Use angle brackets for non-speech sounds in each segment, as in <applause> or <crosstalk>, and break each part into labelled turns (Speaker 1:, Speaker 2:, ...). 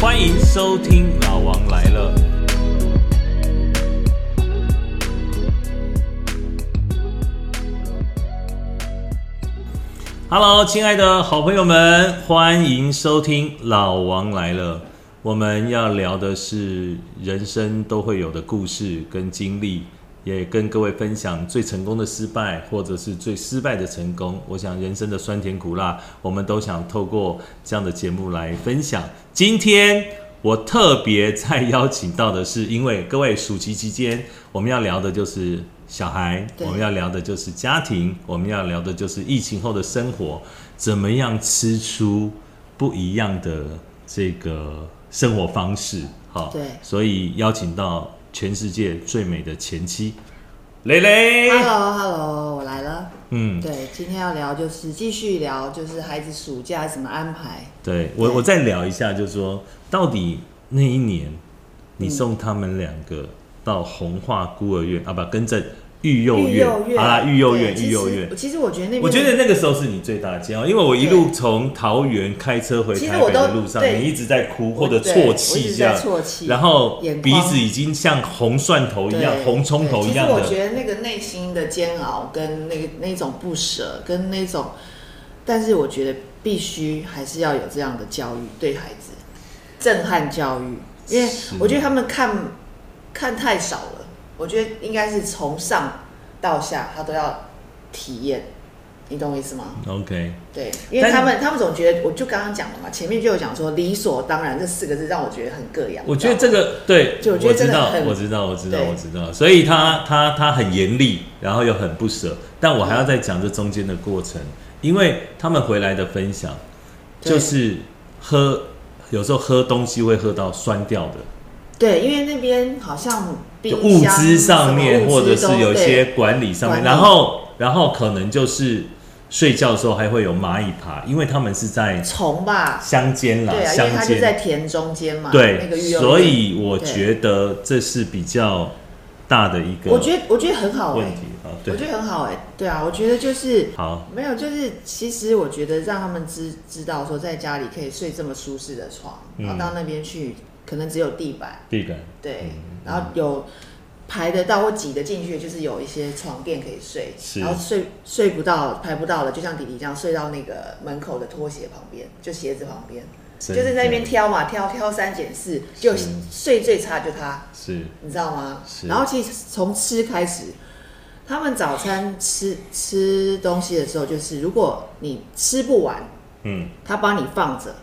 Speaker 1: 欢迎收听《老王来了》。Hello，亲爱的好朋友们，欢迎收听《老王来了》。我们要聊的是人生都会有的故事跟经历，也跟各位分享最成功的失败，或者是最失败的成功。我想人生的酸甜苦辣，我们都想透过这样的节目来分享。今天我特别在邀请到的是，因为各位暑期期间，我们要聊的就是小孩，
Speaker 2: 对
Speaker 1: 我们要聊的就是家庭，我们要聊的就是疫情后的生活，怎么样吃出不一样的这个生活方式。好，
Speaker 2: 对
Speaker 1: 所以邀请到全世界最美的前妻蕾蕾。
Speaker 2: Hello Hello，我来了。
Speaker 1: 嗯，
Speaker 2: 对，今天要聊就是继续聊，就是孩子暑假怎么安排。
Speaker 1: 对我
Speaker 2: 对
Speaker 1: 我再聊一下，就是说到底那一年你送他们两个到红化孤儿院、啊，不，跟着育幼
Speaker 2: 育
Speaker 1: 院，
Speaker 2: 幼院
Speaker 1: 好啦，育幼院，
Speaker 2: 对
Speaker 1: 育幼
Speaker 2: 其实
Speaker 1: 院。
Speaker 2: 其实我觉得那边，
Speaker 1: 我觉得那个时候是你最大的煎熬，因为我一路从桃园开车回
Speaker 2: 其实
Speaker 1: 台
Speaker 2: 我
Speaker 1: 北的
Speaker 2: 都
Speaker 1: 路上，
Speaker 2: 对
Speaker 1: 你一直在哭
Speaker 2: 我
Speaker 1: 或者
Speaker 2: 对
Speaker 1: 啜
Speaker 2: 我一
Speaker 1: 泣
Speaker 2: 直
Speaker 1: 这样
Speaker 2: 在，啜泣，
Speaker 1: 然后
Speaker 2: 眼
Speaker 1: 鼻
Speaker 2: 眶
Speaker 1: 子已经像红蒜头一样、
Speaker 2: 对
Speaker 1: 红葱头
Speaker 2: 对
Speaker 1: 一样
Speaker 2: 其实我
Speaker 1: 的，
Speaker 2: 觉得那个内心的煎熬跟那个那种不舍跟那种，但是我觉得必须还是要有这样的教育对孩子，震撼教育，因为
Speaker 1: 是
Speaker 2: 我觉得他们看看太少了，我觉得应该是从上到下他都要体验，你懂我意思吗？
Speaker 1: OK，
Speaker 2: 对，因为他们他们总觉得，我就刚刚讲了嘛，前面就有讲说理所当然这四个字让我觉得很膈应。
Speaker 1: 我觉得这个对，
Speaker 2: 就
Speaker 1: 我
Speaker 2: 我觉得
Speaker 1: 知
Speaker 2: 真的
Speaker 1: 道，
Speaker 2: 很
Speaker 1: 我知道，我知道，
Speaker 2: 对
Speaker 1: 我知道。所以他他他很严厉，然后又很不舍，但我还要再讲这中间的过程，因为他们回来的分享
Speaker 2: 对
Speaker 1: 就是喝，有时候喝东西会喝到酸掉的。
Speaker 2: 对，因为那边好像
Speaker 1: 就
Speaker 2: 冰
Speaker 1: 物
Speaker 2: 箱
Speaker 1: 资上
Speaker 2: 什
Speaker 1: 面，
Speaker 2: 么
Speaker 1: 或
Speaker 2: 物
Speaker 1: 者
Speaker 2: 资都
Speaker 1: 是有一些管理上面，
Speaker 2: 管理
Speaker 1: 然后然后可能就是睡觉的时候还会有蚂蚁爬，因为他们是在
Speaker 2: 对虫吧，
Speaker 1: 乡间啦，
Speaker 2: 对啊，因为
Speaker 1: 乡
Speaker 2: 它就在
Speaker 1: 间
Speaker 2: 田中间嘛，那个
Speaker 1: 对，
Speaker 2: 育幼院
Speaker 1: 所以我觉得这是比较大的一个
Speaker 2: 我觉得我觉得很好哎、
Speaker 1: 问题啊，
Speaker 2: 我
Speaker 1: 对，
Speaker 2: 觉得很好哎、对啊，我觉得就是
Speaker 1: 好，
Speaker 2: 没有，就是其实我觉得让他们知知道说在家里可以睡这么舒适的床，然
Speaker 1: 嗯
Speaker 2: 后到那边去可能只有地板，
Speaker 1: 地感
Speaker 2: 对，
Speaker 1: 嗯
Speaker 2: 然后有排得到或挤得进去，就是有一些床垫可以睡
Speaker 1: 是，
Speaker 2: 然后睡睡不到、排不到了，就像弟弟这样睡到那个门口的拖鞋旁边，就鞋子旁边，就是在那边挑嘛，挑挑三拣四，就是睡最差就他，
Speaker 1: 是
Speaker 2: 你知道吗
Speaker 1: 是？
Speaker 2: 然后其实从吃开始，他们早餐吃吃东西的时候，就是如果你吃不完，
Speaker 1: 嗯，
Speaker 2: 他帮你放着，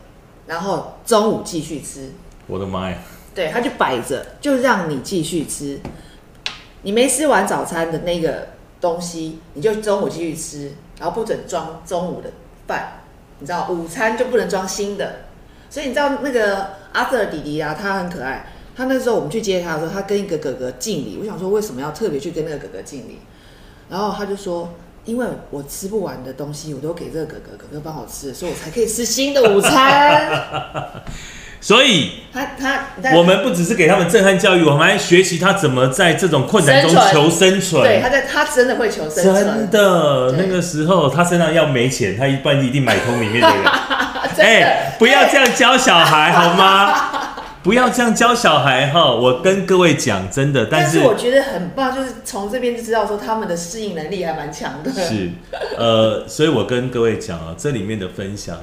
Speaker 2: 然后中午继续吃，
Speaker 1: 我的妈呀，
Speaker 2: 对，他就摆着，就让你继续吃。你没吃完早餐的那个东西，你就中午继续吃，然后不准装中午的饭，你知道，午餐就不能装新的。所以你知道那个阿瑟的弟弟啊，他很可爱。他那时候我们去接他的时候，他跟一个哥哥敬礼。我想说，为什么要特别去跟那个哥哥敬礼？然后他就说，因为我吃不完的东西，我都给这个哥哥，哥哥帮我吃，所以我才可以吃新的午餐。
Speaker 1: 所以。
Speaker 2: 他他，你看
Speaker 1: 我们不只是给他们震撼教育，我们还学习他怎么在这种困难中
Speaker 2: 生存
Speaker 1: 求生存。
Speaker 2: 对，他在他真的会求生
Speaker 1: 真
Speaker 2: 存，
Speaker 1: 的，
Speaker 2: 对
Speaker 1: 那个时候他身上要没钱，他一般一定买通里面
Speaker 2: <laughs>
Speaker 1: 的人。
Speaker 2: 啊真的
Speaker 1: 哎、不要这
Speaker 2: 样，
Speaker 1: 样教小孩好
Speaker 2: <laughs>
Speaker 1: 吗？不要这样教小孩哈！我跟各位讲，真的，但
Speaker 2: 但
Speaker 1: 是
Speaker 2: 是我觉得很棒，就是从这边就知道说他们的适应能力还蛮强
Speaker 1: <laughs>
Speaker 2: 的，
Speaker 1: 是呃，所以我跟各位讲啊，这里面的分享，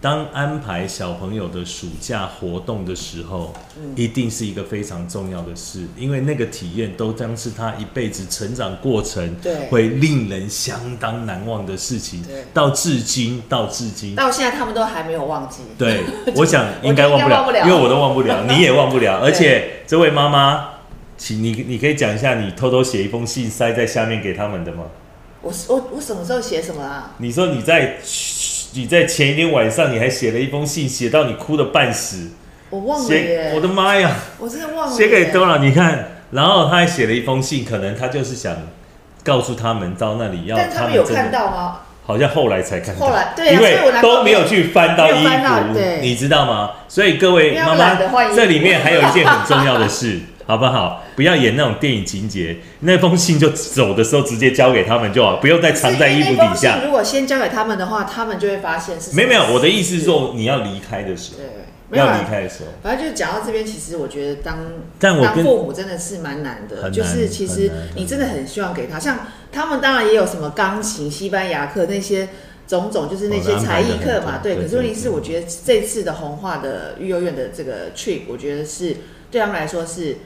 Speaker 1: 当安排小朋友的暑假活动的时候，
Speaker 2: 嗯
Speaker 1: 一定是一个非常重要的事，因为那个体验都将是他一辈子成长过程
Speaker 2: 对
Speaker 1: 会令人相当难忘的事情
Speaker 2: 对，
Speaker 1: 到至今，到至今，
Speaker 2: <laughs> 到现在他们都还没有忘记， <laughs>
Speaker 1: 对，我想应该
Speaker 2: 应
Speaker 1: 忘
Speaker 2: 该
Speaker 1: 不
Speaker 2: 忘不
Speaker 1: 了，
Speaker 2: 了
Speaker 1: 因为我都忘不了，你也忘不了。
Speaker 2: 对
Speaker 1: 而且这位妈妈，请你你可以讲一下，你偷偷写一封信塞在下面给他们的吗？
Speaker 2: 我我我什么时候写什么啊？
Speaker 1: 你说你在你在前一天晚上你还写了一封信，写到你哭的半死，
Speaker 2: 我忘了
Speaker 1: 写
Speaker 2: 哦耶，
Speaker 1: 我
Speaker 2: 我
Speaker 1: 的妈呀，
Speaker 2: 真的忘了耶，
Speaker 1: 写给多少？你看，然后他还写了一封信，可能他就是想告诉他们到那里要，
Speaker 2: 但他们有
Speaker 1: 真的
Speaker 2: 看到吗？
Speaker 1: 好像后来才看到，
Speaker 2: 后来对啊
Speaker 1: 因为
Speaker 2: 所以我拿
Speaker 1: 都没有去翻到衣
Speaker 2: 没有翻到
Speaker 1: 服，
Speaker 2: 对
Speaker 1: 你知道吗？所以各位
Speaker 2: 因为
Speaker 1: 妈
Speaker 2: 他们
Speaker 1: 妈
Speaker 2: 懒得换衣，服
Speaker 1: 这里面还有一件很重要的事， <laughs> 好不好？不要演那种电影情节，那封信就走的时候直接交给他们就好，不用再藏在衣服
Speaker 2: 是因为那
Speaker 1: 底
Speaker 2: 封
Speaker 1: 下 <laughs>
Speaker 2: 信。如果先交给他们的话，他们就会发现是什么
Speaker 1: 没有没有，我的意思是说你要离开的时候，
Speaker 2: 对没有
Speaker 1: 要离
Speaker 2: 啊，
Speaker 1: 开的时候，
Speaker 2: 反正就讲到这边，其实我觉得当
Speaker 1: 但我
Speaker 2: 当
Speaker 1: 跟
Speaker 2: 父母真的是蛮难的，
Speaker 1: 很难
Speaker 2: 就是其实
Speaker 1: 很难
Speaker 2: 你真的很希望给他，像他们当然也有什么钢琴、西班牙课那些种种，就是那些
Speaker 1: 哦那安
Speaker 2: 才
Speaker 1: 排得
Speaker 2: 艺课嘛，
Speaker 1: 很多
Speaker 2: 对。
Speaker 1: 对
Speaker 2: 可是问题
Speaker 1: 对
Speaker 2: 是，
Speaker 1: 对
Speaker 2: 我觉得这次的红化的育幼院的这个 trip，我觉得是对他们来说是，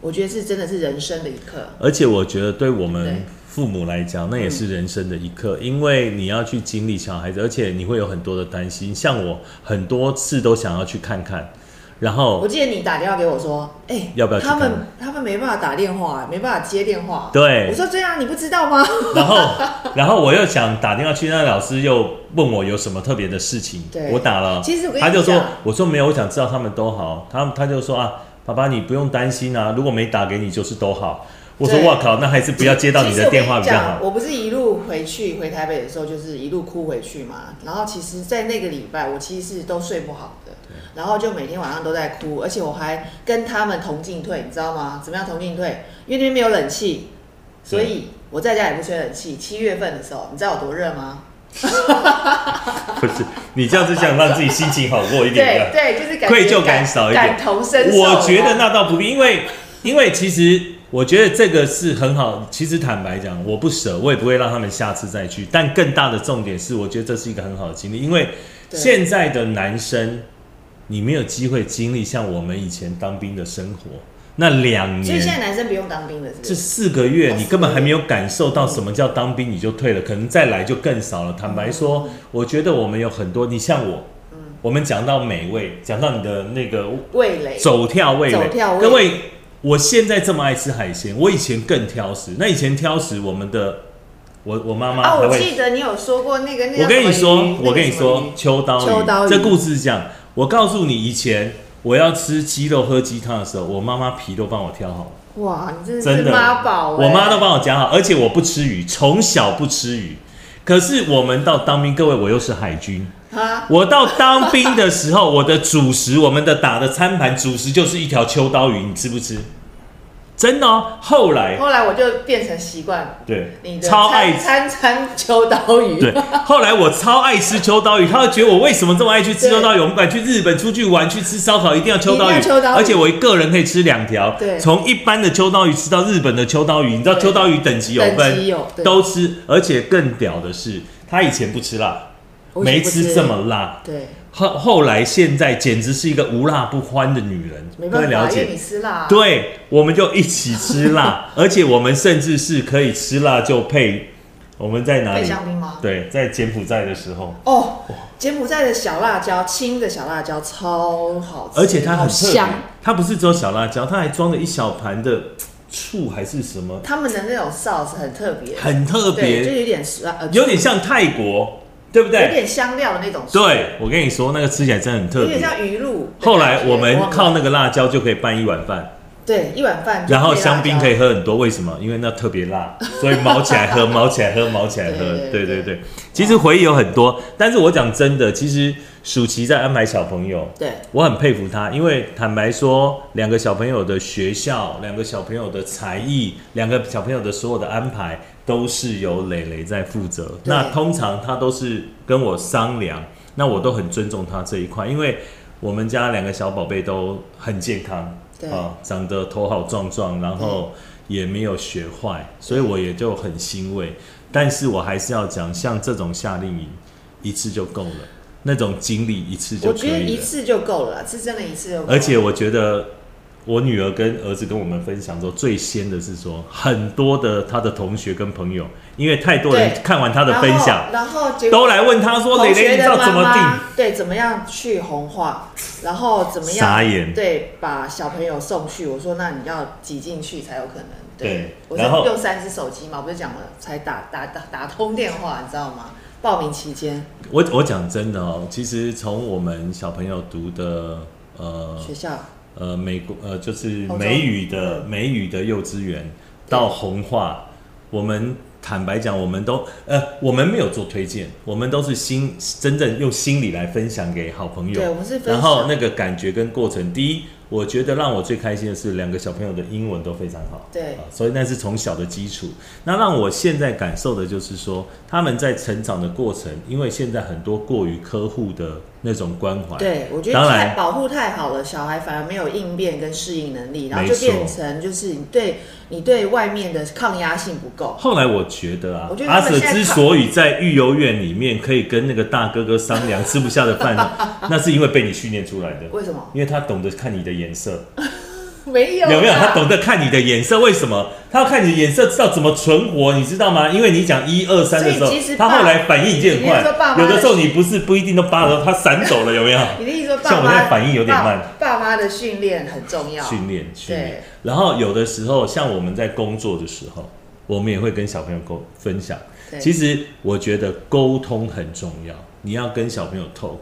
Speaker 2: 我觉得是真的是人生的一课，
Speaker 1: 而且我觉得对我
Speaker 2: 对嗯
Speaker 1: 们父母来讲，那也是人生的一课，因为你要去经历小孩子，而且你会有很多的担心。像我很多次都想要去看看，然后
Speaker 2: 我记得你打电话给我说，哎、
Speaker 1: 要不要去
Speaker 2: 他
Speaker 1: 看
Speaker 2: 们他们没办法打电话，没办法接电话。
Speaker 1: 对
Speaker 2: 我说对啊，你不知道吗？
Speaker 1: 然后， <laughs> 然后我又想打电话去，那老师又问我有什么特别的事情
Speaker 2: 对，
Speaker 1: 我打了，
Speaker 2: 其实我跟你
Speaker 1: 他就说
Speaker 2: 讲，
Speaker 1: 我说没有，我想知道他们都好，他他就说啊，爸爸你不用担心啊，如果没打给你就是都好。我说
Speaker 2: 对
Speaker 1: 哇靠，那还是不要接到你
Speaker 2: 其实
Speaker 1: 的
Speaker 2: 我
Speaker 1: 电
Speaker 2: 跟
Speaker 1: 话
Speaker 2: 你
Speaker 1: 比较
Speaker 2: 讲，
Speaker 1: 好。
Speaker 2: 我不是一路回去回台北的时候，就是一路哭回去嘛。然后其实，在那个礼拜，我其实是都睡不好的，然后就每天晚上都在哭，而且我还跟他们同进退，你知道吗？怎么样同进退？因为那边没有冷气，所以我在家也不吹冷气。七月份的时候，你知道有多热吗？
Speaker 1: <laughs> 不是，你这样子想让自己心情好过一点
Speaker 2: 对
Speaker 1: 的。
Speaker 2: 对，就是感觉
Speaker 1: 愧疚感少一点
Speaker 2: 感同身受。啊
Speaker 1: 我觉得
Speaker 2: 你知道吗
Speaker 1: 那倒不必，因为因为其实我觉得这个是很好。其实坦白讲，我不舍，我也不会让他们下次再去。但更大的重点是，我觉得这是一个很好的经历，因为
Speaker 2: 对
Speaker 1: 现在的男生，你没有机会经历像我们以前当兵的生活。那两
Speaker 2: 所以现在
Speaker 1: 年，
Speaker 2: 男生不用当兵了，是不
Speaker 1: 这
Speaker 2: 是？
Speaker 1: 四个月，
Speaker 2: 哦
Speaker 1: 你根本
Speaker 2: 四个月
Speaker 1: 还没有感受到什么叫当兵，你就退了，可能再来就更少了。坦白说，
Speaker 2: 嗯
Speaker 1: 我觉得我们有很多，你像我，我们讲到美味，讲到你的那个
Speaker 2: 味蕾
Speaker 1: 走跳味蕾。
Speaker 2: 走跳味蕾
Speaker 1: 各位，我现在这么爱吃海鲜，我以前更挑食。那以前挑食，我们的我我妈妈
Speaker 2: 啊，
Speaker 1: 还
Speaker 2: 我
Speaker 1: 会。
Speaker 2: 记得你有说过那个那个
Speaker 1: 我跟你
Speaker 2: 什么
Speaker 1: 说
Speaker 2: 鱼，
Speaker 1: 我跟你
Speaker 2: 那个什么
Speaker 1: 说
Speaker 2: 鱼，
Speaker 1: 秋刀鱼，
Speaker 2: 秋刀鱼
Speaker 1: 这故事是这样。我告诉你，以前我要吃鸡肉喝鸡汤的时候，我妈妈皮都帮我挑好了。
Speaker 2: 哇，你真的
Speaker 1: 真
Speaker 2: 是
Speaker 1: 的，
Speaker 2: 妈宝、欸，
Speaker 1: 我妈都帮我讲好，而且我不吃鱼，从小不吃鱼。可是我们到当兵，各位，我又是海军。
Speaker 2: 啊，
Speaker 1: 我到当兵的时候，我的主食，我们的打的餐盘主食就是一条秋刀鱼，你吃不吃？真的哦。后来，
Speaker 2: 后来我就变成习惯
Speaker 1: 对
Speaker 2: 你，的
Speaker 1: 超爱
Speaker 2: 餐餐餐秋刀 <laughs> 鱼，
Speaker 1: 对，后来我超爱吃秋刀鱼，他会觉得我为什么这么爱去吃秋刀鱼？我们不管去日本出去玩去吃烧烤，一定要秋刀
Speaker 2: 一
Speaker 1: 鱼，
Speaker 2: 定要秋刀鱼
Speaker 1: 而且我一个人可以吃两条，
Speaker 2: 对
Speaker 1: 从一般的秋刀鱼吃到日本的秋刀鱼，你知道
Speaker 2: 对
Speaker 1: 秋刀鱼等级有
Speaker 2: 等级
Speaker 1: 分，
Speaker 2: 有对
Speaker 1: 都吃，而且更屌的是，他以前不吃辣，
Speaker 2: 我以前
Speaker 1: 没
Speaker 2: 不
Speaker 1: 吃这么辣，
Speaker 2: 对，
Speaker 1: 后后来现在简直是一个无辣不欢的女人，
Speaker 2: 没
Speaker 1: 各
Speaker 2: 办
Speaker 1: 位了
Speaker 2: 法，因
Speaker 1: 解
Speaker 2: 为你吃辣、啊，
Speaker 1: 对，我们就一起吃辣， <laughs> 而且我们甚至是可以吃辣就配。我们在哪
Speaker 2: 配
Speaker 1: 里？
Speaker 2: 香槟吗？
Speaker 1: 对，在柬埔寨的时候，
Speaker 2: 哦，柬埔寨的小辣椒，青的小辣椒超好吃，
Speaker 1: 而且它很
Speaker 2: 好
Speaker 1: 特别
Speaker 2: 香。，
Speaker 1: 它不是只有小辣椒，它还装了一小盘的醋还是什么，
Speaker 2: 他们的那种 sauce 很特别，
Speaker 1: 很特
Speaker 2: 对，就
Speaker 1: 别，
Speaker 2: 有点酸，呃，
Speaker 1: 有点像泰国，对不
Speaker 2: 有
Speaker 1: 对？
Speaker 2: 点香料的那种，，
Speaker 1: 对，我跟你说，那个吃起来真的很特
Speaker 2: 有点
Speaker 1: 别。
Speaker 2: 像鱼露的感觉。
Speaker 1: 后来我们
Speaker 2: 忘了
Speaker 1: 靠那个辣椒就可以拌一碗饭，
Speaker 2: 对一碗饭就配辣椒，
Speaker 1: 然后香槟可以喝很多，为什么？因为那特别
Speaker 2: <laughs>
Speaker 1: 辣，所以毛起来喝，毛起来喝，毛起来喝。
Speaker 2: 对
Speaker 1: 对
Speaker 2: 对
Speaker 1: 对
Speaker 2: 对
Speaker 1: 对，其实回忆有很多，但是我讲真的，其实暑期在安排小朋友，
Speaker 2: 对。
Speaker 1: 我很佩服他，因为坦白说，两个小朋友的学校、两个小朋友的才艺、两个小朋友的所有的安排，都是由磊磊在负责。那通常他都是跟我商量，那我都很尊重他这一块，因为我们家两个小宝贝都很健康，
Speaker 2: 对
Speaker 1: 啊，长得头好壮壮，然后也没有学坏，所以我也就很欣慰。但是我还是要讲，像这种夏令营一次就够了，那种经历一次就
Speaker 2: 我
Speaker 1: 可
Speaker 2: 觉得
Speaker 1: 以
Speaker 2: 一
Speaker 1: 了。
Speaker 2: 次就够了啦，是真的一次就够了。
Speaker 1: 而且我觉得我女儿跟儿子跟我们分享说，最先的是说很多的他的同学跟朋友，因为太多人
Speaker 2: 对
Speaker 1: 看完他的分享，
Speaker 2: 然后然后结果
Speaker 1: 都来问他说：“
Speaker 2: 同
Speaker 1: 蕾蕾，
Speaker 2: 学
Speaker 1: 你知
Speaker 2: 的
Speaker 1: 道
Speaker 2: 妈
Speaker 1: 怎么定
Speaker 2: 妈对怎么样去红化，然后怎么样
Speaker 1: 傻眼
Speaker 2: 对把小朋友送去。我说那你要挤进去才有可能。
Speaker 1: 对
Speaker 2: 我是
Speaker 1: 然后
Speaker 2: 用三只手机嘛，我不是讲了才打打打打通电话，你知道吗？报名期间？”
Speaker 1: 我我讲真的哦，其实从我们小朋友读的呃
Speaker 2: 学校
Speaker 1: 呃美国呃就是
Speaker 2: 欧洲嗯
Speaker 1: 美语的美语的幼稚园到红化，我们坦白讲，我们都呃我们没有做推荐，我们都是心真正用心理来分享给好朋友。
Speaker 2: 对我们是分享
Speaker 1: 然后那个感觉跟过程，第一，我觉得让我最开心的是两个小朋友的英文都非常好，
Speaker 2: 对
Speaker 1: 啊所以那是从小的基础。那让我现在感受的就是说，他们在成长的过程，因为现在很多过于呵护的那种关怀，
Speaker 2: 对，我觉得
Speaker 1: 当
Speaker 2: 太
Speaker 1: 然
Speaker 2: 保护太好了，小孩反而没有应变跟适应能力，然后
Speaker 1: 没
Speaker 2: 就
Speaker 1: 错
Speaker 2: 变成就是你对你对外面的抗压性不够。
Speaker 1: 后来我觉得啊
Speaker 2: 我觉，得
Speaker 1: 阿
Speaker 2: 他们
Speaker 1: 舍
Speaker 2: 现在
Speaker 1: 之所以在育幼院里面可以跟那个大哥哥商量吃不下的饭，
Speaker 2: <laughs>
Speaker 1: 那是因为被你训练出来的，
Speaker 2: 为什么？
Speaker 1: 因为他懂得看你的眼色，
Speaker 2: 没有啦，
Speaker 1: 有没有？他懂得看你的眼色，为什么？他要看你的眼色，知道怎么存活，你知道吗？因为你讲一二三的时候
Speaker 2: 所以其实，爸
Speaker 1: 他后来反应已经很
Speaker 2: 你是说爸
Speaker 1: 快，
Speaker 2: 妈
Speaker 1: 有的时候你不是不一定都扒了，他闪走了，有没有？
Speaker 2: 你的意思说爸
Speaker 1: 像我
Speaker 2: 妈
Speaker 1: 现在反应有点慢
Speaker 2: 爸，爸妈的训练很重要。
Speaker 1: 训练训
Speaker 2: 对
Speaker 1: 练。然后有的时候，像我们在工作的时候，我们也会跟小朋友沟分享。
Speaker 2: 对
Speaker 1: 其实我觉得沟通很重要，你要跟小朋友 talk，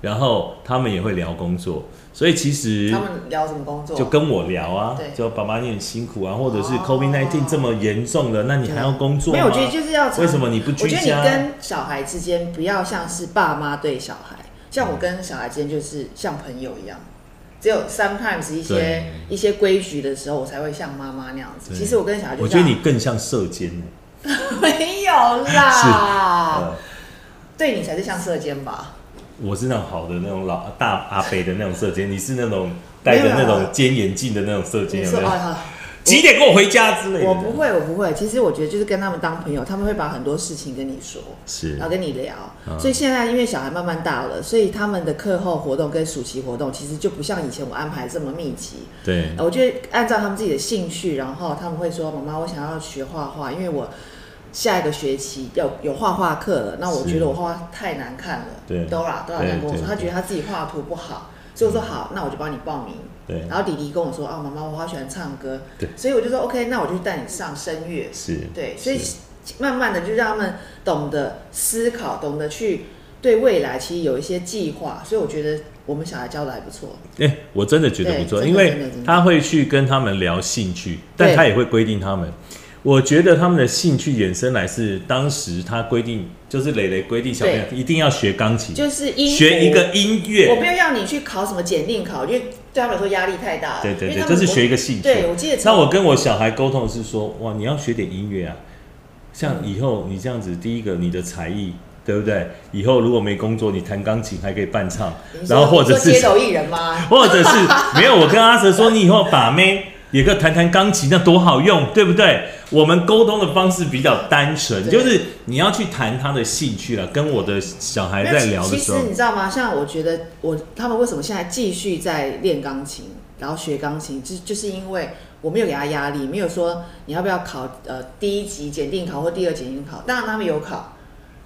Speaker 1: 然后他们也会聊工作，所以其实
Speaker 2: 他们聊什么工作？
Speaker 1: 就跟我聊啊
Speaker 2: 对，
Speaker 1: 就爸妈你很辛苦啊，或者是
Speaker 2: 哦
Speaker 1: COVID 19这么严重了，那你还要工作
Speaker 2: 没
Speaker 1: 吗？
Speaker 2: 有，我觉得就是要常
Speaker 1: 为什么你不居
Speaker 2: 我觉得
Speaker 1: 家
Speaker 2: 你跟小孩之间不要像是爸妈对小孩，像我跟小孩之间就是像朋友一样，只有 sometimes 一些
Speaker 1: 对
Speaker 2: 一些规矩的时候，我才会像妈妈那样子。
Speaker 1: 对
Speaker 2: 其实我跟小孩就
Speaker 1: 我
Speaker 2: 这
Speaker 1: 觉得
Speaker 2: 样
Speaker 1: 你更像射箭呢。
Speaker 2: <laughs> 没有啦啊
Speaker 1: 呃，
Speaker 2: 对你才是像射箭吧？
Speaker 1: 我是那种好的那种老大阿伯的那种射箭，你是那种戴
Speaker 2: 没
Speaker 1: 着
Speaker 2: 有啦
Speaker 1: 那种尖眼镜的那种射箭，
Speaker 2: 你
Speaker 1: 有
Speaker 2: 说
Speaker 1: 没有？
Speaker 2: 哎呀，
Speaker 1: 几点跟我回家之类的？
Speaker 2: 我不会，我不会。其实我觉得就是跟他们当朋友，他们会把很多事情跟你说。
Speaker 1: 是
Speaker 2: 然后跟你聊。
Speaker 1: 嗯
Speaker 2: 所以现在因为小孩慢慢大了，所以他们的课后活动跟暑期活动其实就不像以前我安排这么密集。
Speaker 1: 对
Speaker 2: 呃我觉得按照他们自己的兴趣，然后他们会说：“妈妈，我想要学画画，因为我下一个学期有有画画课了。”那我
Speaker 1: 是
Speaker 2: 觉得我画画太难看了。
Speaker 1: 对
Speaker 2: ，Dora Dora 这样
Speaker 1: 对
Speaker 2: 跟我说，
Speaker 1: 对
Speaker 2: 她
Speaker 1: 对嗯
Speaker 2: 觉得她自己画图不好，所以我说好，那我就帮你报名。
Speaker 1: 对
Speaker 2: 然后弟弟跟我说：“啊，妈妈，我好喜欢唱歌。”
Speaker 1: 对
Speaker 2: 所以我就说：“OK，那我就带你上声乐。”
Speaker 1: 是，
Speaker 2: 对，所以
Speaker 1: 是
Speaker 2: 慢慢的就让他们懂得思考，懂得去对未来其实有一些计划，所以我觉得我们小孩教的还不错。
Speaker 1: 哎、我真的觉得
Speaker 2: 对
Speaker 1: 不错，
Speaker 2: 真的
Speaker 1: 因
Speaker 2: 真的
Speaker 1: 为
Speaker 2: 真的
Speaker 1: 他会去跟他们聊兴趣，但
Speaker 2: 对
Speaker 1: 他也会规定他们。我觉得他们的兴趣衍生来是当时他规定，就是磊磊规定小朋友一定要学钢琴，
Speaker 2: 就是音符
Speaker 1: 学一，个音
Speaker 2: 我
Speaker 1: 乐，
Speaker 2: 没有要你去考什么检定考，因为对他们来说压力太大了。
Speaker 1: 对对
Speaker 2: 因
Speaker 1: 对，
Speaker 2: 为他
Speaker 1: 就
Speaker 2: 们
Speaker 1: 是学一个兴趣。
Speaker 2: 对，我记得
Speaker 1: 那
Speaker 2: 从
Speaker 1: 我跟我小孩沟通的是说，哇，你要学点音乐啊，
Speaker 2: 嗯
Speaker 1: 像以后你这样子，第一个你的才艺。对不对？以后如果没工作，你弹钢琴还可以伴唱
Speaker 2: 你，说
Speaker 1: 然后或者
Speaker 2: 你说
Speaker 1: 是
Speaker 2: 街头艺人吗？
Speaker 1: 或者是没有，我跟阿蛇说，你以后把妹也可以弹弹钢琴，那多好用，对不对？我们沟通的方式比较单纯，
Speaker 2: 对
Speaker 1: 就是你要去谈他的兴趣了。跟我的小孩
Speaker 2: 没有
Speaker 1: 在聊
Speaker 2: 其
Speaker 1: 的时
Speaker 2: 其
Speaker 1: 候
Speaker 2: 实，你知道吗？像我觉得我他们为什么现在继续在练钢琴，然后学钢琴，就就是因为我没有给他压力，没有说你要不要考呃第一级检定考或第二检定考，当然他们有考。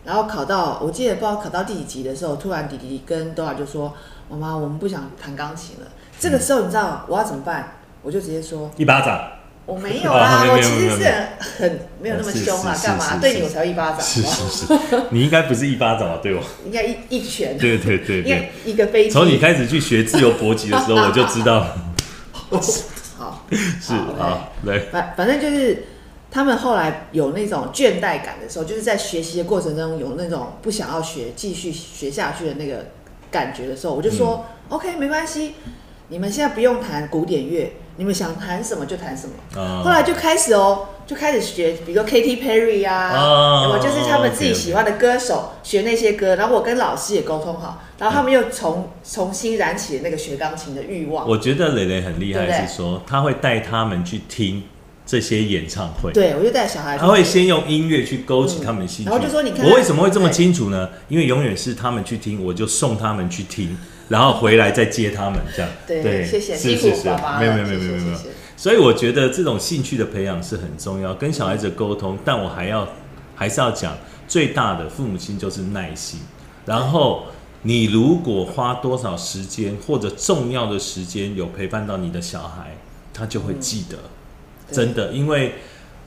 Speaker 2: 然后考到，我记得不知道考到第几级的时候，突然弟弟跟 Dora 就说：“妈妈，我们不想弹钢琴了。”这个时候你知道我要怎么办？我就直接说
Speaker 1: 一巴掌， <laughs>
Speaker 2: 我没有
Speaker 1: 啊
Speaker 2: 啦，
Speaker 1: 没有
Speaker 2: 我
Speaker 1: 没有
Speaker 2: 其实
Speaker 1: 没有
Speaker 2: 是
Speaker 1: 没有
Speaker 2: 很很没有那么
Speaker 1: 是
Speaker 2: 凶啊，
Speaker 1: 是是
Speaker 2: 干嘛？
Speaker 1: 是
Speaker 2: 对
Speaker 1: 是
Speaker 2: 你我才会一巴掌，哦
Speaker 1: 是是是，你应该不是一巴掌吧？对我，
Speaker 2: 应该一一拳，
Speaker 1: 对对对
Speaker 2: <laughs> 应该
Speaker 1: 对。
Speaker 2: 一个飞机。
Speaker 1: 从你开始去学自由搏击的时候，我就知道
Speaker 2: <laughs> 好，
Speaker 1: 是
Speaker 2: 好
Speaker 1: 啊，来，
Speaker 2: 反反正就是他们后来有那种倦怠感的时候，就是在学习的过程中有那种不想要学、继续学下去的那个感觉的时候，
Speaker 1: 嗯
Speaker 2: 我就说、OK，没关系，你们现在不用弹古典乐，你们想弹什么就弹什么。
Speaker 1: 啊
Speaker 2: 后来就开始哦，就开始学，比如说 Katy Perry 啊，
Speaker 1: 哦
Speaker 2: 然后就是他们自己
Speaker 1: OK，OK
Speaker 2: 喜欢的歌手学那些歌，然后我跟老师也沟通好，然后他们又重重新燃起了那个学钢琴的欲望。
Speaker 1: 嗯我觉得磊磊很厉
Speaker 2: 对不对
Speaker 1: 害，是说他会带他们去听这些演唱会。
Speaker 2: 对，我就带小孩去
Speaker 1: 他会先用音乐去勾起他们的兴趣、
Speaker 2: 嗯然后就说你看
Speaker 1: 我为什么会这么清楚呢？因为永远是他们去听，我就送他们去听，然后回来再接他们这样。
Speaker 2: <laughs> 对，谢谢，
Speaker 1: 是
Speaker 2: 辛
Speaker 1: 是
Speaker 2: 苦
Speaker 1: 是
Speaker 2: 爸爸，了，
Speaker 1: 没有没有没
Speaker 2: 谢
Speaker 1: 有
Speaker 2: 谢
Speaker 1: 没有没有
Speaker 2: 谢。谢
Speaker 1: 所以我觉得这种兴趣的培养是很重要，跟小孩子沟通。但我还要还是要讲，最大的父母亲就是耐心。然后你如果花多少时间或者重要的时间有陪伴到你的小孩，他就会记得。
Speaker 2: 对
Speaker 1: 真的，因为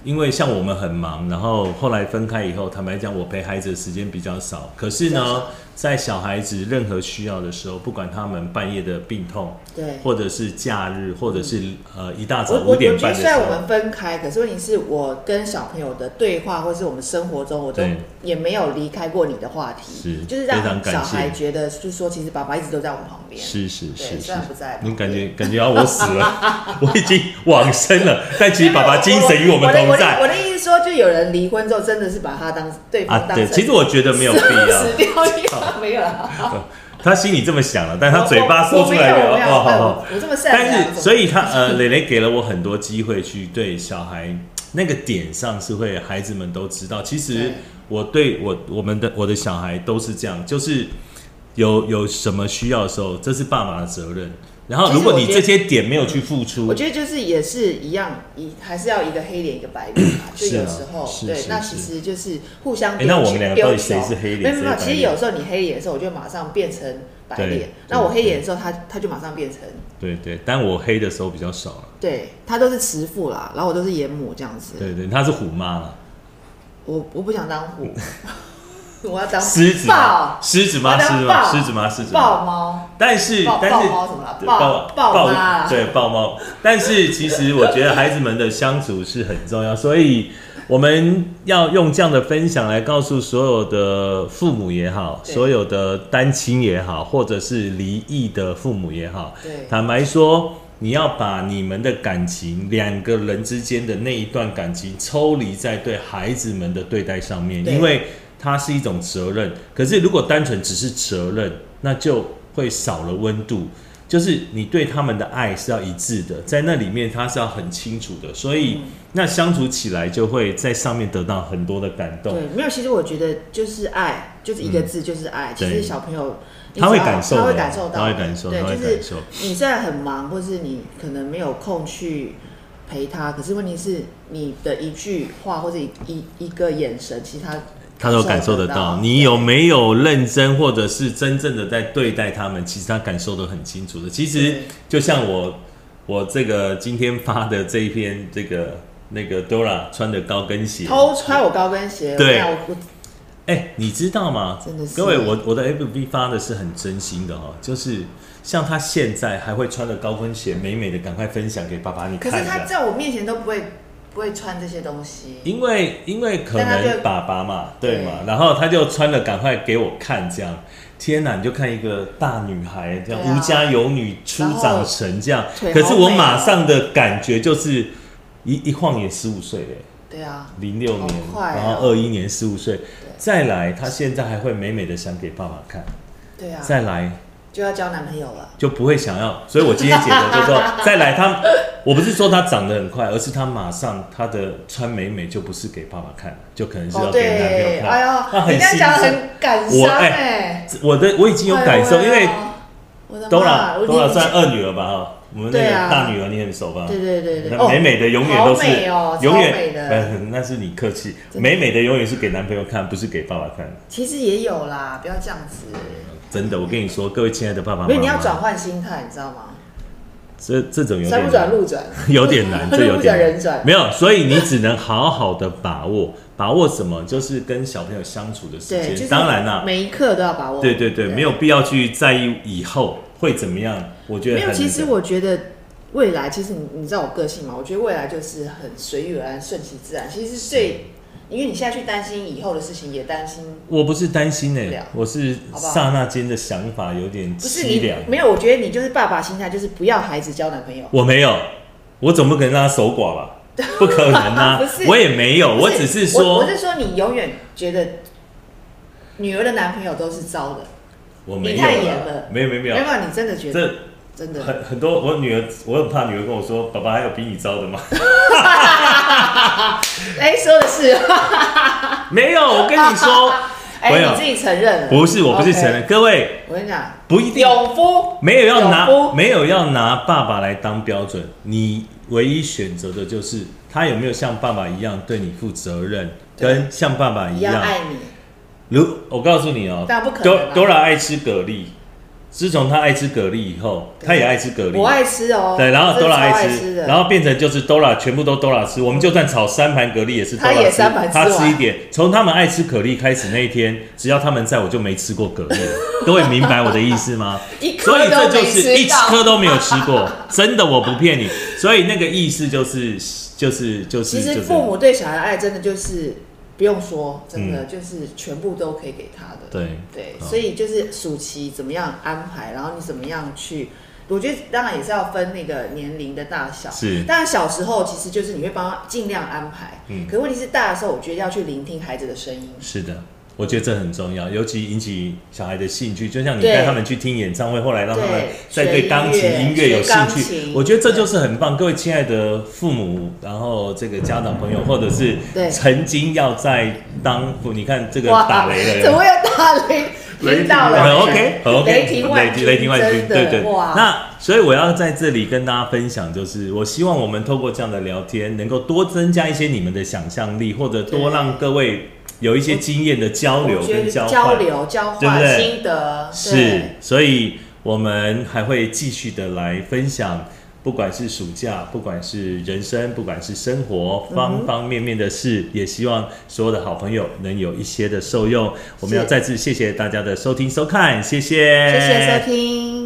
Speaker 1: 因为像我们很忙，然后后来分开以后，坦白讲，我陪孩子的时间比较少。可是
Speaker 2: 比较
Speaker 1: 呢
Speaker 2: 少，
Speaker 1: 在小孩子任何需要的时候，不管他们半夜的病痛，
Speaker 2: 对。
Speaker 1: 或者是假日，或者是呃一大
Speaker 2: 我
Speaker 1: 早
Speaker 2: 我
Speaker 1: 五
Speaker 2: 我觉
Speaker 1: 点
Speaker 2: 得
Speaker 1: 半
Speaker 2: 虽
Speaker 1: 的时
Speaker 2: 然我
Speaker 1: 候，
Speaker 2: 们分开，可是问题是我跟小朋友的对话，或是我们生活中，我都
Speaker 1: 对
Speaker 2: 也没有离开过你的话题，
Speaker 1: 是
Speaker 2: 就是
Speaker 1: 非常
Speaker 2: 让
Speaker 1: 感
Speaker 2: 小孩
Speaker 1: 谢
Speaker 2: 觉得，就是说，其实爸爸一直都在我旁边。
Speaker 1: 是是是
Speaker 2: 对
Speaker 1: 是
Speaker 2: 虽然不在，
Speaker 1: 你感觉感觉要我死了，我已经往生了，但其实爸爸精神与我们同在
Speaker 2: 我的我的我的意思说，就有人离婚之后，真的是把他当对方
Speaker 1: 啊。
Speaker 2: 当成、
Speaker 1: 对，其实我觉得没有必要，哦
Speaker 2: 死掉一样，没有啦。
Speaker 1: 他心里这么想了，但他嘴巴说出来
Speaker 2: 我我没有，我没有，嗯
Speaker 1: 哦，好好。
Speaker 2: 我我这么善良。
Speaker 1: 但是，
Speaker 2: 怎么
Speaker 1: 所以他呃，蕾蕾给了我很多机会去对小孩那个点上是会孩子们都知道。其实
Speaker 2: 对
Speaker 1: 我对我我们的我的小孩都是这样，就是有有什么需要的时候，这是爸妈的责任。然后，
Speaker 2: 其实
Speaker 1: 如果
Speaker 2: 我
Speaker 1: 你
Speaker 2: 觉
Speaker 1: 这
Speaker 2: 得嗯
Speaker 1: 些点没有去付出
Speaker 2: 我，觉得就是也是一样，一还是要一个黑脸一个白
Speaker 1: <coughs>
Speaker 2: 脸嘛。就是
Speaker 1: 啊
Speaker 2: 有时候
Speaker 1: 是
Speaker 2: 对
Speaker 1: 是，
Speaker 2: 那
Speaker 1: 是
Speaker 2: 其实就是互相
Speaker 1: 诶
Speaker 2: 丢球。
Speaker 1: 那我们两个
Speaker 2: 丢
Speaker 1: 到底谁
Speaker 2: 球
Speaker 1: 是黑脸
Speaker 2: 没有
Speaker 1: 谁
Speaker 2: 没有，
Speaker 1: 白
Speaker 2: 其实
Speaker 1: 脸
Speaker 2: 有时候你黑脸的时候，我就马上变成白
Speaker 1: 对
Speaker 2: 脸
Speaker 1: 对；
Speaker 2: 那我黑
Speaker 1: 对
Speaker 2: 脸的时候，他他就马上变成
Speaker 1: 对对，但我黑的时候比较少了。
Speaker 2: 对他都是慈父啦，然后我都是严母这样子。
Speaker 1: 对对，他是虎妈了，
Speaker 2: 我我不想当
Speaker 1: <laughs>
Speaker 2: 虎，我要当
Speaker 1: 狮子
Speaker 2: 嗯豹
Speaker 1: 妈，狮子妈，狮
Speaker 2: 我当
Speaker 1: 子妈，
Speaker 2: 豹
Speaker 1: 狮子妈，狮子妈。
Speaker 2: 豹猫。
Speaker 1: 但是，
Speaker 2: 豹
Speaker 1: 但是
Speaker 2: 豹猫什么啦
Speaker 1: 对
Speaker 2: 豹豹妈啊
Speaker 1: 对豹猫。但是其实我觉得孩子们的相处是很重要，所以我们要用这样的分享来告诉所有的父母也好，
Speaker 2: 对
Speaker 1: 所有的单亲也好，或者是离异的父母也好，
Speaker 2: 对
Speaker 1: 坦白说。你要把你们的感情，两个人之间的那一段感情抽离在对孩子们的对待上面，
Speaker 2: 对
Speaker 1: 因为它是一种责任。可是如果单纯只是责任，那就会少了温度。就是你对他们的爱是要一致的，在那里面它是要很清楚的，所以那相处起来就会在上面得到很多的感动。
Speaker 2: 对，没有。其实我觉得就是爱，就是一个字，就是爱。其
Speaker 1: 嗯对
Speaker 2: 实小朋友你
Speaker 1: 他会
Speaker 2: 只要
Speaker 1: 感受
Speaker 2: 他会
Speaker 1: 的
Speaker 2: 感受到，
Speaker 1: 他会感受
Speaker 2: 对，
Speaker 1: 他会
Speaker 2: 就是
Speaker 1: 感受
Speaker 2: 你虽然很忙，或是你可能没有空去陪他，可是问题是你的一句话或者一一一个眼神，其实他
Speaker 1: 他都感受得
Speaker 2: 得
Speaker 1: 到，你有没有认真或者是真正的在对待他们，其实他感受得很清楚的。其实
Speaker 2: 对
Speaker 1: 就像我，我这个今天发的这一篇，这个那个 Dora 穿的高跟鞋，
Speaker 2: 偷穿我高跟鞋，
Speaker 1: 对
Speaker 2: 我我
Speaker 1: 哎、你知道吗？
Speaker 2: 真的是
Speaker 1: 各位，我我的 FB 发的是很真心的哦，就是像他现在还会穿着高跟鞋，美美的，赶快分享给爸爸你
Speaker 2: 可
Speaker 1: 看
Speaker 2: 是
Speaker 1: 一
Speaker 2: 他
Speaker 1: 下。
Speaker 2: 在我面前都不会不会穿这些东西，
Speaker 1: 因为因为可
Speaker 2: 但他
Speaker 1: 能
Speaker 2: 就
Speaker 1: 爸爸嘛，对
Speaker 2: 对
Speaker 1: 嘛，然后他就穿了，赶快给我看这样。天哪，你就看一个大女孩这样，
Speaker 2: 对啊
Speaker 1: 无家有女初长成这样，
Speaker 2: 腿
Speaker 1: 可是我
Speaker 2: 好美哦
Speaker 1: 马上的感觉就是一一晃眼十五岁嘞。
Speaker 2: 对啊，
Speaker 1: 零六年，
Speaker 2: 好快哦
Speaker 1: 然后二一年十五岁，再来，他现在还会美美的想给爸爸看，
Speaker 2: 对啊，
Speaker 1: 再来，
Speaker 2: 就要交男朋友了。
Speaker 1: 就不会想要。所以我今天解决就说，
Speaker 2: <laughs>
Speaker 1: 再来他，我不是说他长得很快，而是他马上他的穿美美就不是给爸爸看，就可能是要
Speaker 2: 哦，
Speaker 1: 给男朋
Speaker 2: 对，
Speaker 1: 友看。
Speaker 2: 哎
Speaker 1: 那
Speaker 2: 呦，
Speaker 1: 很
Speaker 2: 你这样
Speaker 1: 心
Speaker 2: 讲得
Speaker 1: 酸。
Speaker 2: 很感
Speaker 1: 我
Speaker 2: 伤
Speaker 1: 哎
Speaker 2: 哎，
Speaker 1: 我的我已经有感受，
Speaker 2: 哎
Speaker 1: 因
Speaker 2: 呦
Speaker 1: 为
Speaker 2: 我的
Speaker 1: d o
Speaker 2: 妈
Speaker 1: r a
Speaker 2: 我
Speaker 1: d o r
Speaker 2: 你
Speaker 1: 算二女儿吧哈，我们那个
Speaker 2: 对啊
Speaker 1: 大女儿你很熟吧？
Speaker 2: 对对对对，
Speaker 1: 那美美的永远都
Speaker 2: 哦
Speaker 1: 是
Speaker 2: 好美哦，
Speaker 1: 永远
Speaker 2: 超美的，
Speaker 1: 嗯那是你客气。
Speaker 2: 真的
Speaker 1: 美美的永远是给男朋友看，不是给爸爸看。
Speaker 2: 其实也有啦，不要这样子。
Speaker 1: 真的，我跟你说，各位亲爱的爸爸妈
Speaker 2: 没有，
Speaker 1: 妈，
Speaker 2: 你要转换心态，你知道吗？
Speaker 1: 这这种有点
Speaker 2: 山不
Speaker 1: 难
Speaker 2: 转路转，
Speaker 1: <laughs> 有点
Speaker 2: <laughs>
Speaker 1: 难，这有
Speaker 2: 路不转
Speaker 1: 点
Speaker 2: 人
Speaker 1: 难。
Speaker 2: 转
Speaker 1: 没有，所以你只能好好的把握，把握什么？就是跟小朋友相处的时
Speaker 2: 对，
Speaker 1: 间。
Speaker 2: 就是
Speaker 1: 当然啦、
Speaker 2: 每一刻都要把握。
Speaker 1: 对对对，没有必要去在意以后会怎么样。我觉得
Speaker 2: 没有。
Speaker 1: 很
Speaker 2: 其实我觉得未来，其实你你知道我个性嘛，我觉得未来就是很随遇而安，顺其自然。其实是最，因为你现在去担心以后的事情，也担心
Speaker 1: 我不是担心诶、
Speaker 2: 不了
Speaker 1: 我是
Speaker 2: 好不好
Speaker 1: 刹那间的想法有点
Speaker 2: 不是
Speaker 1: 凄
Speaker 2: 你
Speaker 1: 凉。
Speaker 2: 没有。我觉得你就是爸爸心态，就是不要孩子交男朋友。
Speaker 1: 我没有，我总不可能让他守寡
Speaker 2: <laughs>
Speaker 1: 吧？不可能啊
Speaker 2: 不！是
Speaker 1: 我也没有，我只是说，
Speaker 2: 我，我是说你永远觉得女儿的男朋友都是糟的，
Speaker 1: 我没有
Speaker 2: 你太严了
Speaker 1: 没有没有没有
Speaker 2: 没有，，你真的觉得
Speaker 1: 这
Speaker 2: 真的
Speaker 1: 很很多，我女儿，我很怕女儿跟我说：“爸爸还有比你糟的吗
Speaker 2: 哎、说的
Speaker 1: <laughs>
Speaker 2: 是，？”
Speaker 1: 没有，我跟你说，
Speaker 2: <laughs> 哎、
Speaker 1: 没有
Speaker 2: 你自己承认了，
Speaker 1: 不是，我不是承认。各位
Speaker 2: OK。我跟你讲，
Speaker 1: 不一定
Speaker 2: 勇夫
Speaker 1: 没有要
Speaker 2: 有
Speaker 1: 拿
Speaker 2: 夫
Speaker 1: 没有要拿爸爸来当标准，你唯一选择的就是他有没有像爸爸一样对你负责任，
Speaker 2: 对
Speaker 1: 跟像爸爸一
Speaker 2: 一样
Speaker 1: 样。
Speaker 2: 爱你，
Speaker 1: 如我告诉你哦
Speaker 2: 当然不可能啊
Speaker 1: d o r a 爱吃蛤蜊，自从他爱吃蛤蜊以后，
Speaker 2: 对
Speaker 1: 他也爱吃蛤蜊，
Speaker 2: 我爱吃哦。
Speaker 1: 对，然后 Dora
Speaker 2: 真的超
Speaker 1: 爱
Speaker 2: 爱
Speaker 1: 吃，
Speaker 2: 的，
Speaker 1: 然后变成就是 Dora 全部都 Dora 吃，我们就算炒三盘蛤蜊也是
Speaker 2: 他
Speaker 1: Dora
Speaker 2: 也
Speaker 1: 吃
Speaker 2: 三盘，吃
Speaker 1: 他吃
Speaker 2: 完
Speaker 1: 一点。从他们爱吃蛤蜊开始那一天，只要他们在我就没吃过蛤蜊，各位明白我的意思吗？
Speaker 2: <laughs> 一颗
Speaker 1: 所以这
Speaker 2: 都
Speaker 1: 就
Speaker 2: 没
Speaker 1: 是一
Speaker 2: 吃到
Speaker 1: 颗都没有吃
Speaker 2: <laughs>
Speaker 1: 过，真的我不骗你。所以那个意思就是就是就是
Speaker 2: 其
Speaker 1: 就
Speaker 2: 实
Speaker 1: 是嗯
Speaker 2: 父母对小孩的爱真的就是不用说，真的就是全部都可以给他的。
Speaker 1: 对
Speaker 2: 对，
Speaker 1: 嗯
Speaker 2: 所以就是暑期怎么样安排，然后你怎么样去。我觉得当然也是要分那个年龄的大小，
Speaker 1: 是
Speaker 2: 当然小时候其实就是你会帮他尽量安排，
Speaker 1: 嗯
Speaker 2: 可问题是大的时候，我觉得要去聆听孩子的声音，
Speaker 1: 是的，我觉得这很重要，尤其引起小孩的兴趣。就像你
Speaker 2: 对
Speaker 1: 带他们去听演唱会，后来让他们
Speaker 2: 对
Speaker 1: 再对
Speaker 2: 学
Speaker 1: 钢琴
Speaker 2: 音乐
Speaker 1: 音乐有
Speaker 2: 学
Speaker 1: 兴
Speaker 2: 钢
Speaker 1: 趣
Speaker 2: 琴，
Speaker 1: 我觉得这就是很棒。各位亲爱的父母，然后这个家长朋友，或者是
Speaker 2: 对
Speaker 1: 曾经要在当父，你看这个
Speaker 2: 哇，啊
Speaker 1: 打雷了。
Speaker 2: 怎么又打雷？听到了
Speaker 1: 很 OK，很 OK，
Speaker 2: 雷霆万钧，
Speaker 1: 雷霆万钧，
Speaker 2: 真的
Speaker 1: 对对。
Speaker 2: 哇，
Speaker 1: 那所以我要在这里跟大家分享，就是我希望我们透过这样的聊天，能够多增加一些你们的想象力，或者多
Speaker 2: 对
Speaker 1: 让各位有一些经验的交流
Speaker 2: 我觉
Speaker 1: 跟
Speaker 2: 得
Speaker 1: 交
Speaker 2: 交
Speaker 1: 换。
Speaker 2: 流、交
Speaker 1: 对不
Speaker 2: 换
Speaker 1: 对
Speaker 2: 心得，
Speaker 1: 是
Speaker 2: 对，
Speaker 1: 所以我们还会继续的来分享，不管是暑假，不管是人生，不管是生活方方面面的事，也希望所有的好朋友能有一些的受用。我们
Speaker 2: 是
Speaker 1: 要再次谢谢大家的收听收看，谢谢，
Speaker 2: 谢谢收听。